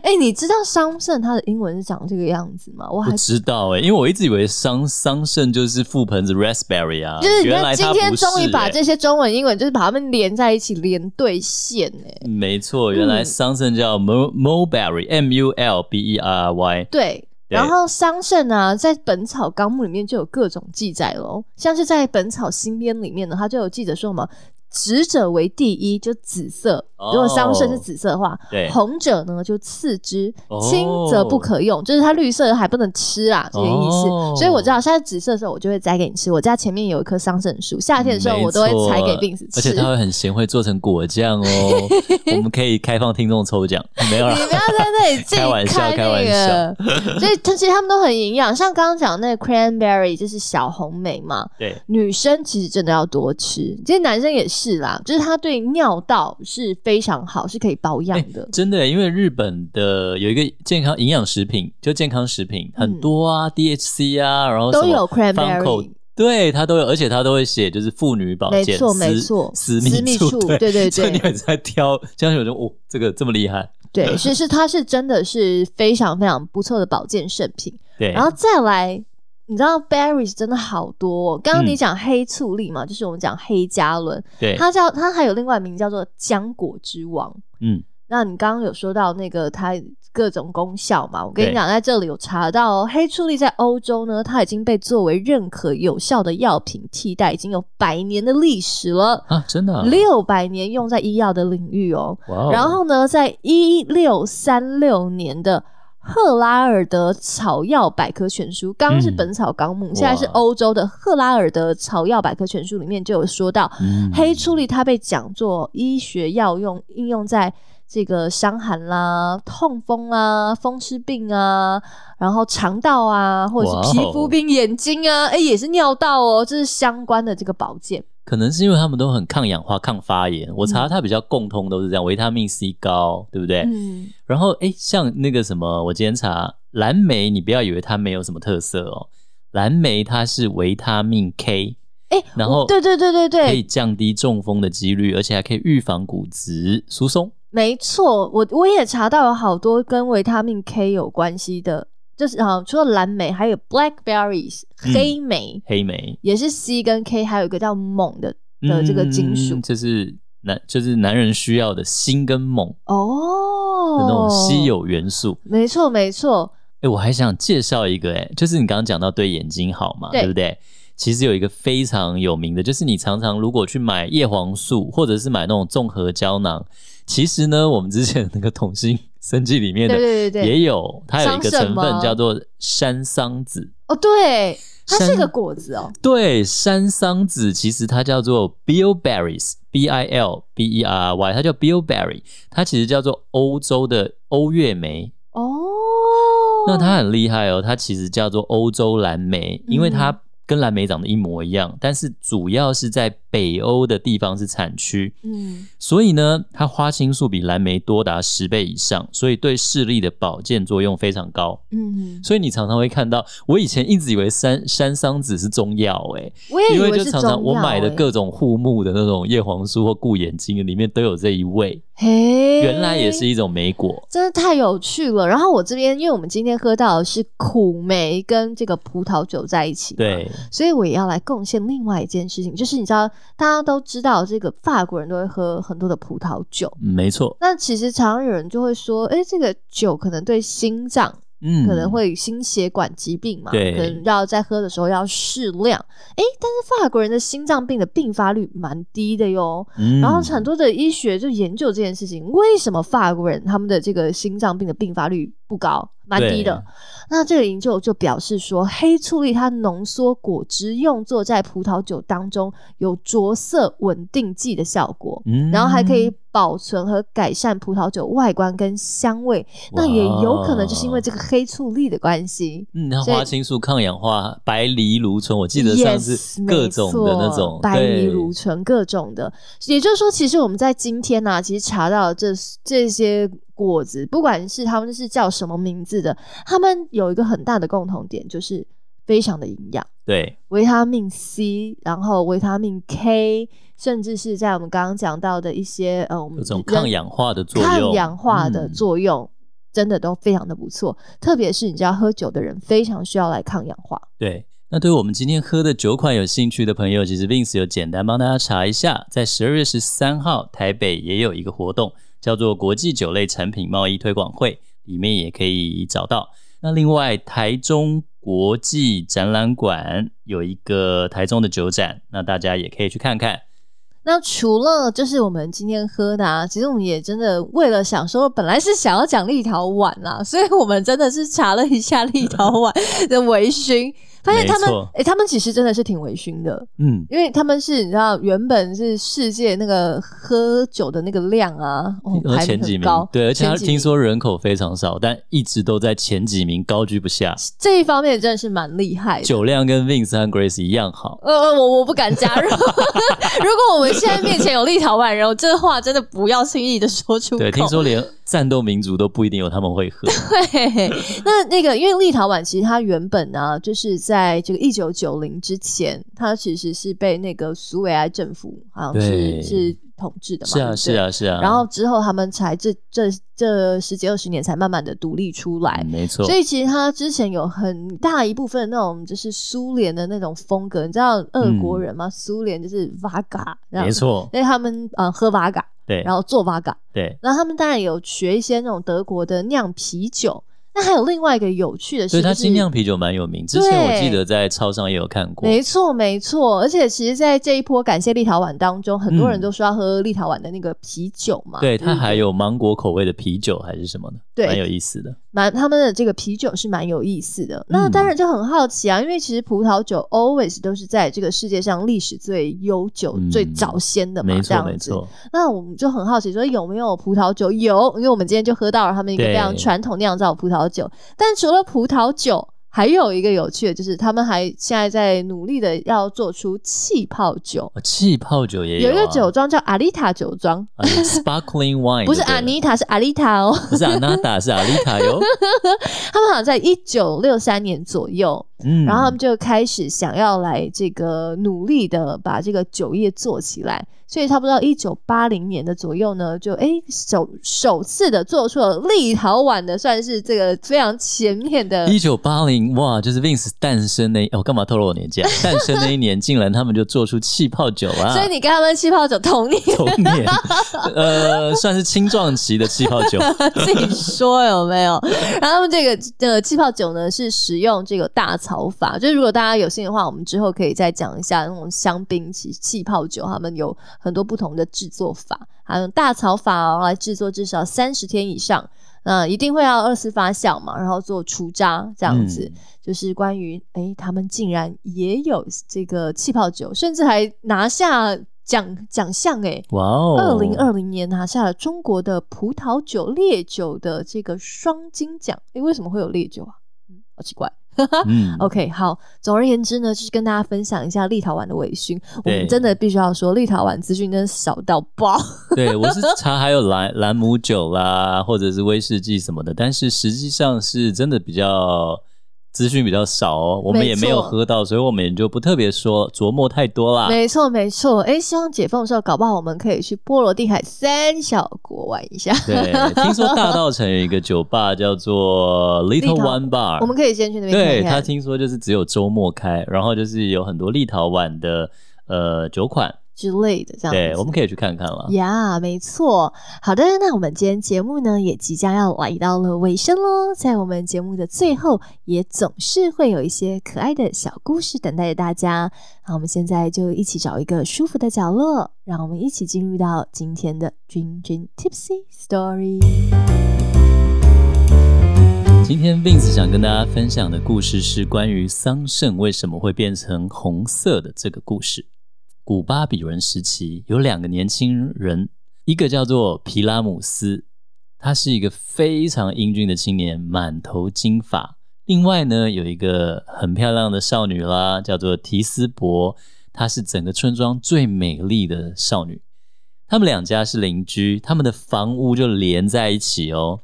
S1: 哎、你知道桑葚它的英文是长这个样子吗？我还
S2: 不知道哎、因为我一直以为桑桑葚就是覆盆子 raspberry 啊，
S1: 就是你
S2: 原
S1: 看，
S2: 来
S1: 今
S2: 它
S1: 天
S2: 不是
S1: 终于把
S2: 欸
S1: 这些中文、英文，就是把它们连在一起，连对线哎、
S2: 没错，原
S1: 嗯
S2: 来桑葚叫 mul- mulberry m u l b e r y，
S1: 对。
S2: 对
S1: 然后桑葚呢，在《本草纲目》里面就有各种记载喽，像是在《本草新编》里面呢，它就有记着说什么“紫者为第一”，就紫色。
S2: 哦
S1: 如果桑葚是紫色的话，
S2: 对
S1: 红者呢就次之
S2: 哦，
S1: 青则不可用，就是它绿色的还不能吃啊，这个意思。
S2: 哦
S1: 所以我知道现在紫色的时候，我就会摘给你吃。我家前面有一棵桑葚树，夏天的时候
S2: 嗯没
S1: 我都会采给
S2: 错
S1: 病死吃。
S2: 而且它会很咸，会做成果 酱哦。我们可以开放听众抽奖，没 有啦
S1: 你不要在那里自
S2: 开玩
S1: 己
S2: 笑
S1: 开
S2: 开玩
S1: 那个，所以它其实他们都很营养。像刚刚讲的那个 cranberry 就是小红莓嘛，
S2: 对
S1: 女生其实真的要多吃，其实男生也士啦，就是它对尿道是非常好，是可以保养的。
S2: 真的耶，欸因为日本的有一个健康营养食品，就健康食品很多啊、d h c 啊，然后
S1: 嗯都
S2: 什么
S1: 有
S2: Funko，
S1: cranberry
S2: 对它都有，而且它都会写就是妇女保
S1: 没
S2: 健，
S1: 错没
S2: 私
S1: 错
S2: 私
S1: 私密
S2: 处，
S1: 处
S2: 对
S1: 对对
S2: 所以
S1: 对
S2: 你每次在挑，这样我就哦，这个这么厉害，
S1: 对，是是，它是真的是非常非常不错的保健圣品。
S2: 对，
S1: 然后再来，你知道 berries 真的好多、哦。刚刚你
S2: 嗯
S1: 讲黑醋栗嘛，就是我们讲黑加仑，
S2: 对，
S1: 它叫它还有另外名叫做浆果之王。
S2: 嗯，
S1: 那你刚刚有说到那个它各种功效嘛？我跟你
S2: 对
S1: 讲，在这里有查到、哦、黑醋栗在欧洲呢，它已经被作为认可有效的药品替代，已经有百年的历史了，
S2: 啊，真的啊、
S1: 六百年用在医药的领域哦。
S2: 哇哦，
S1: 然后呢，在一六三六年的赫拉尔德草药百科全书，刚刚是《
S2: 嗯
S1: 本草纲目》现在是
S2: 哇
S1: 欧洲的赫拉尔德草药百科全书里面就有说到，
S2: 嗯
S1: 黑醋栗它被讲作医学药用，应用在这个伤寒啦、痛风啊、风湿病啊，然后肠道啊，或者
S2: 哇哦
S1: 是皮肤病、眼睛啊，哎，也是尿道哦，这是相关的这个保健。
S2: 可能是因为他们都很抗氧化、抗发炎。我查它比较共通都是这样，维他命 C 高，对不对？
S1: 嗯，
S2: 然后诶，像那个什么，我今天查蓝莓，你不要以为它没有什么特色哦，蓝莓它是维他命 K，
S1: 哎，
S2: 然后
S1: 对对对对对，
S2: 可以降低中风的几率，而且还可以预防骨质疏松。
S1: 没错，我我也查到有好多跟维他命 K 有关系的，就是啊，除了蓝莓，还有 blackberries、
S2: 嗯
S1: 黑莓，
S2: 黑莓
S1: 也是 C 跟 K，还有一个叫锰的的这个金属
S2: 嗯就是男就是男人需要的锌跟锰的
S1: 哦，
S2: 那种稀。有元素。
S1: 没错，没错，
S2: 哎、我还想介绍一个、欸，哎，就是你刚刚讲到对眼睛好嘛，
S1: 对
S2: 对不对？其实有一个非常有名的，就是你常常如果去买叶黄素，或者是买那种综合胶囊，其实呢，我们之前那个同心 生剂里面
S1: 对
S2: 的
S1: 对对对，
S2: 也有，它有一个
S1: 桑葚
S2: 成分
S1: 吗
S2: 叫做山桑子。
S1: 哦，对，它是
S2: 山
S1: 一个果子 哦，
S2: 对，山桑子其实它叫做 bilberries，b i l b e r y，它叫 bilberry，它其实叫做欧洲的欧月莓。
S1: 哦，
S2: 那它很厉害哦，它其实叫做欧洲蓝莓，
S1: 嗯
S2: 因为它跟蓝莓长得一模一样，但是主要是在北欧的地方是产区，
S1: 嗯，
S2: 所以呢，它花青素比蓝莓多达十倍以上，所以对视力的保健作用非常高。
S1: 嗯，
S2: 所以你常常会看到，我以前一直以为山山桑子是中药、诶，
S1: 我也以
S2: 因为
S1: 为
S2: 就是常
S1: 中药
S2: 常我买的
S1: 欸
S2: 各种护目的那种叶黄素或顾眼睛里面都有这一味，
S1: 嘿，
S2: 原来也是一种莓果。
S1: 真的太有趣了。然后我这边，因为我们今天喝到的是苦梅跟这个葡萄酒在一起，，
S2: 对，
S1: 所以我也要来贡献另外一件事情，就是你知道，大家都知道这个法国人都会喝很多的葡萄酒。
S2: 没错，
S1: 那其实常常有人就会说，诶，这个酒可能对心脏
S2: 嗯，
S1: 可能会心血管疾病嘛，
S2: 对
S1: 可能要在喝的时候要适量。诶，但是法国人的心脏病的并发率蛮低的哟，
S2: 嗯，
S1: 然后很多的医学就研究这件事情，为什么法国人他们的这个心脏病的并发率不高，蛮低的
S2: 对？
S1: 那这个研究就表示说，黑醋栗它浓缩果汁用作在葡萄酒当中有着色稳定剂的效果。
S2: 嗯
S1: 然后还可以保存和改善葡萄酒外观跟香味，那也有可能就是因为这个黑醋栗的关系。
S2: 嗯，它
S1: 所以
S2: 花青素、抗氧化、白藜芦醇，我记得上次
S1: Yes，
S2: 各种的
S1: 没
S2: 那
S1: 错
S2: 种
S1: 白藜芦
S2: 醇，
S1: 醇各种的，也就是说，其实我们在今天呢、其实查到这这些果子，不管是他们是叫什么名字的，他们有一个很大的共同点，就是非常的营养。
S2: 对
S1: 维他命 C，然后维他命 K，甚至是在我们刚刚讲到的一些呃，我们
S2: 有种
S1: 人
S2: 抗氧化的作用，
S1: 抗氧化的
S2: 嗯
S1: 作用。真的都非常的不错，特别是你知道喝酒的人非常需要来抗氧化。
S2: 对。那对我们今天喝的酒款有兴趣的朋友，其实 Vince 有简单帮大家查一下，在十二月十三号台北也有一个活动，叫做国际酒类产品贸易推广会，里面也可以找到。那另外，台中国际展览馆有一个台中的酒展，那大家也可以去看看。
S1: 那除了就是我们今天喝的啊，其实我们也真的为了想说，本来是想要讲立陶宛啦， 所以我们真的是查了一下立陶 宛的微醺，发现他们
S2: 没错
S1: 诶、他们其实真的是挺微醺的，
S2: 嗯，
S1: 因为他们是你知道原本是世界那个喝酒的那个量啊，哦，
S2: 而
S1: 排
S2: 呃前
S1: 名
S2: 几
S1: 很
S2: 名
S1: 高，，
S2: 对，而且
S1: 前
S2: 他
S1: 几
S2: 听
S1: 名
S2: 说人口非常少，但一直都在前几名，高居不下。
S1: 这一方面真的是蛮厉害的。呃
S2: 酒量跟 Vince 和 Grace 一样好，
S1: 呃，我我不敢加入。如果我们们现在面前有立陶宛人，我这话真的不要轻易的说出口。
S2: 对，听说连战斗民族都不一定有他们会喝。
S1: 对，那那个因为立陶宛其实它原本呢、就是在这个一九九零之前，它其实是被那个苏维埃政府好像是
S2: 对
S1: 是统治的嘛，
S2: 是
S1: 对
S2: 啊，
S1: 不
S2: 是
S1: 对。
S2: 啊，是啊。
S1: 然后之后他们才这这这十几二十年才慢慢的独立出来
S2: 嗯，。没错
S1: 所，以其实它之前有很大一部分那种就是苏联的那种风格，你知道俄国人吗？苏联就是 Vaga，
S2: 嗯没，错，
S1: 因为他们呃喝 Vaga，
S2: 对
S1: 然后做 Vaga，
S2: 对。
S1: 然后他们当然有学一些那种德国的酿啤酒。那还有另外一个有趣的
S2: 所
S1: 事，
S2: 以它
S1: 就是
S2: 精酿啤酒蛮有名，之前
S1: 对
S2: 我记得在超商也有看过。
S1: 没错，没错，而且其实，在这一波感谢立陶宛当中，很多人
S2: 嗯
S1: 都说要喝立陶宛的那个啤酒嘛。
S2: 对，它还有芒果口味的啤酒还是什么的，
S1: 嗯对
S2: 蛮有意思的。
S1: 蛮他们的这个啤酒是蛮有意思的。那
S2: 嗯
S1: 当然就很好奇啊，因为其实葡萄酒 always 都是在这个世界上历史最悠久、
S2: 嗯
S1: 最早先的嘛，
S2: 没
S1: 这
S2: 错，
S1: 样
S2: 没
S1: 子。
S2: 错，
S1: 那我们就很好奇，说有没有葡萄酒？有，因为我们今天就喝到了他们一个
S2: 对
S1: 非常传统酿造的葡萄酒。但除了葡萄酒，还有一个有趣的就是，他们还现在在努力的要做出气泡酒。
S2: 哦气泡酒也
S1: 有一
S2: 啊
S1: 个酒庄叫阿丽塔酒庄，
S2: 啊，sparkling wine
S1: 不是
S2: 就对
S1: 阿
S2: 了
S1: 妮塔，是阿丽塔哦。
S2: 不是阿娜达，是阿丽塔哟。
S1: 他们好像在一九六三年左右，
S2: 嗯，
S1: 然后他们就开始想要来这个努力的把这个酒业做起来，所以差不多一九八零年的左右呢，就哎首首次的做出了立陶宛的算是这个非常前面的，
S2: 一九八零哇，就是 Vince 诞生那我、哦、干嘛透露我年纪 啊？诞生那一年，竟然他们就做出气泡酒啊！
S1: 所以你跟他们气泡酒同年
S2: 同年，呃，算是青壮期的气 泡酒，
S1: 自己说有没有？ 然后他们这个呃气泡酒呢是使用这个大槽法，就是如果大家有兴趣的话，我们之后可以再讲一下那种香槟气气泡酒，他们有很多不同的制作法，还有大槽法、哦、来制作至少三十天以上。嗯，一定会要二次发酵嘛，然后做除渣这
S2: 这
S1: 样子，就是关于诶，他们竟然也有这个气泡酒，甚至还拿下奖奖项欸诶。
S2: 哇哦，
S1: 二零二零年拿下了中国的葡萄酒烈酒的这个双金奖。诶，为什么会有烈酒啊？嗯，好奇怪。
S2: 嗯
S1: OK，好。总而言之呢，就是跟大家分享一下立陶宛的微醺。我
S2: 对
S1: 们真的必须要说，立陶宛资讯真的少到爆。
S2: 对我是查还有兰兰姆酒啦，或者是威士忌什么的，但是实际上是真的比较。资讯比较少哦，我们
S1: 没
S2: 也没有
S1: 错
S2: 喝到，所以我们也就不特别说琢磨太多 啦。
S1: 没错，没错。诶，希望解封的时候，搞不好我们可以去波罗的海三小国玩一下。
S2: 对，听说大道城有一个酒吧叫做 Little One Bar，
S1: 我们可以先去那边看
S2: 啊对
S1: 一
S2: 他
S1: 看。
S2: 听说就是只有周末开，然后就是有很多立陶宛的呃酒款，
S1: 之类的，这样
S2: 对，
S1: 子
S2: 我们可以去看看了。
S1: 呀没错。好的，那我们今天节目呢也即将要来到了尾声喽。在我们节目的最后，也总是会有一些可爱的小故事等待着大家。好，我们现在就一起找一个舒服的角落，让我们一起进入到今天的君君 Tipsy Story。
S2: 今天 Vince 想跟大家分享的故事是关于桑葚为什么会变成红色的这个故事。古巴比伦时期有两个年轻人，一个叫做皮拉姆斯，他是一个非常英俊的青年，满头金发。另外呢，有一个很漂亮的少女啦，叫做提斯伯，她是整个村庄最美丽的少女。他们两家是邻居，他们的房屋就连在一起哦。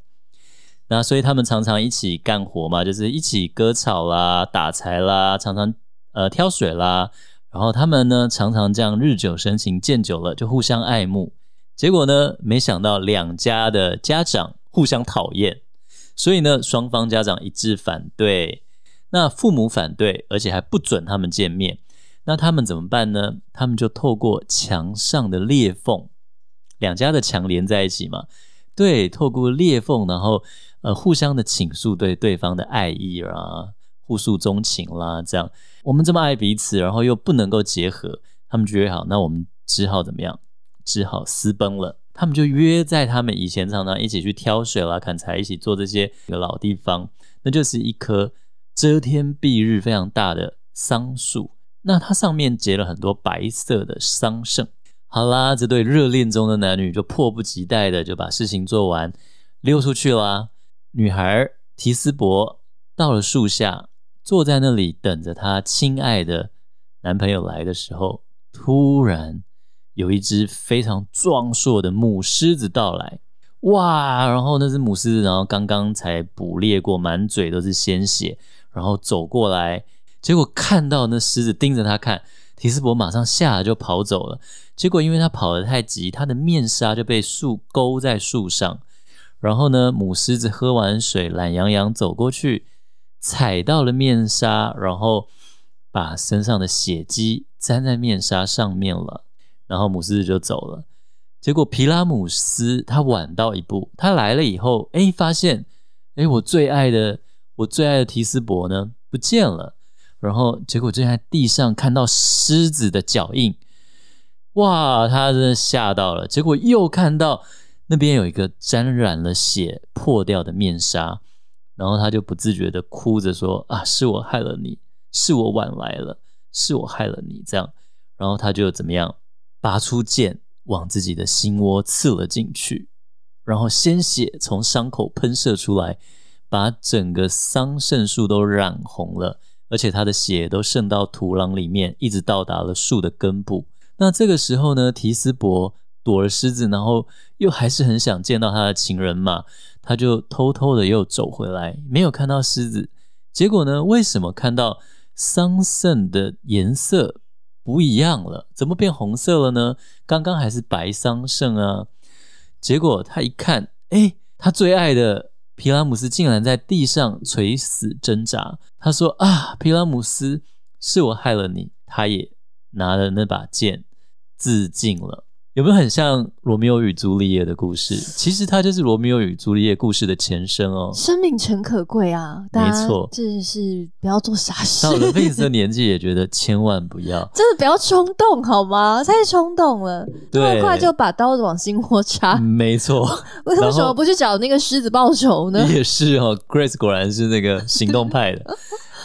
S2: 那所以他们常常一起干活嘛，就是一起割草啦、打柴啦，常常呃挑水啦。然后他们呢，常常这样日久生情，见久了就互相爱慕。结果呢，没想到两家的家长互相讨厌，所以呢，双方家长一致反对。那父母反对，而且还不准他们见面。那他们怎么办呢？他们就透过墙上的裂缝，两家的墙连在一起嘛，对，透过裂缝，然后呃互相的倾诉对对方的爱意啊，互诉衷情啦，这样我们这么爱彼此，然后又不能够结合，他们觉得好，那我们只好怎么样？只好私奔了。他们就约在他们以前常常一起去挑水啦、砍柴，一起做这些老地方，那就是一棵遮天蔽日非常大的桑树。那它上面结了很多白色的桑葚，好啦，这对热恋中的男女就迫不及待的就把事情做完，溜出去啦。女孩提斯伯到了树下，坐在那里等着她亲爱的男朋友来的时候，突然有一只非常壮硕的母狮子到来，哇！然后那只母狮子，然后刚刚才捕猎过，满嘴都是鲜血，然后走过来，结果看到那狮子盯着他看，提斯伯马上吓得就跑走了。结果因为他跑得太急，他的面纱就被树勾在树上。然后呢，母狮子喝完水，懒洋洋走过去，踩到了面纱，然后把身上的血迹沾在面纱上面了。然后母狮子就走了。结果皮拉姆斯他晚到一步，他来了以后，哎，发现，哎，我最爱的我最爱的提斯伯呢不见了。然后结果就在地上看到狮子的脚印，哇，他真的吓到了。结果又看到那边有一个沾染了血、破掉的面纱，然后他就不自觉的哭着说：“啊，是我害了你，是我晚来了，是我害了你。”这样，然后他就怎么样，拔出剑往自己的心窝刺了进去，然后鲜血从伤口喷射出来，把整个桑葚树都染红了。而且他的血都渗到土壤里面，一直到达了树的根部。那这个时候呢，提斯伯躲了狮子，然后又还是很想见到他的情人嘛，他就偷偷的又走回来，没有看到狮子。结果呢，为什么看到桑葚的颜色不一样了？怎么变红色了呢？刚刚还是白桑葚啊。结果他一看，哎，他最爱的皮拉姆斯竟然在地上垂死挣扎。他说：“啊，皮拉姆斯，是我害了你。”他也拿了那把剑自尽了。有没有很像《罗密欧与朱丽叶》的故事？其实它就是《罗密欧与朱丽叶》故事的前身哦。
S1: 生命诚可贵啊，大家
S2: 没错
S1: 真的是不要做傻 事。
S2: 到，了贝斯的年纪，也觉得千万不要
S1: 真的不要冲动好吗？太冲动了， 这么
S2: 对嗯
S1: 快就把刀子往心窝插，
S2: 没错，
S1: 为
S2: 然后
S1: 什么不去找那个狮子报仇 呢？
S2: 也是哦。Grace 果然是那个行动派的。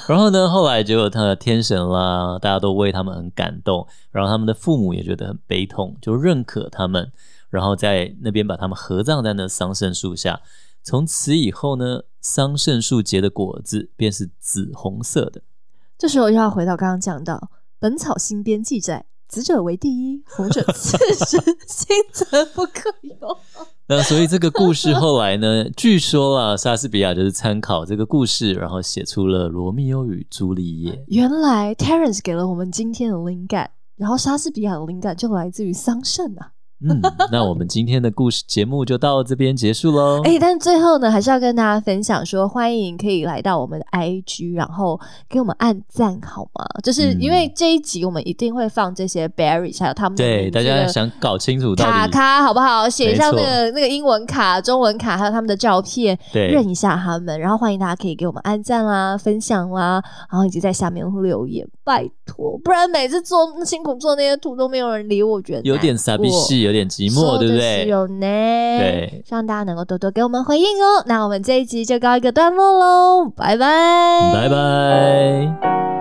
S2: 然后呢，后来就有他的天神啦，大家都为他们很感动，然后他们的父母也觉得很悲痛，就认可他们，然后在那边把他们合葬在那桑葚树下。从此以后呢，桑葚树结的果子便是紫红色的。
S1: 这时候又要回到刚刚讲到《本草新编》记载。死者为第一，红者次之，心则不可有。
S2: 那所以这个故事后来呢，据说啦，莎士比亚就是参考这个故事，然后写出了《罗密欧与朱丽叶》。
S1: 原来 Terence 给了我们今天的灵感，然后莎士比亚的灵感就来自于桑葚啊。
S2: 嗯，那我们今天的故事节目就到这边结束喽。
S1: 哎、但最后呢，还是要跟大家分享说，欢迎可以来到我们的 IG，然后给我们按赞好吗？就是
S2: 嗯
S1: 因为这一集我们一定会放这些 berries，还有他们的
S2: 对，
S1: 名字
S2: 大家
S1: 的
S2: 想搞清楚到
S1: 卡
S2: 底
S1: 卡好不好？写上那
S2: 没错
S1: 个那个英文卡、中文卡，还有他们的照片，认
S2: 对
S1: 一下他们，然后欢迎大家可以给我们按赞啦、分享啦，然后以及在下面留言，拜托，不然每次做辛苦做那些图都没有人理我，我觉得
S2: 有点傻逼戏，有点寂
S1: 寂
S2: 寞，对不对？
S1: 有呢，
S2: 对
S1: 希望大家能够多多给我们回应哦。那我们这一集就告一个段落喽，拜拜，
S2: 拜拜。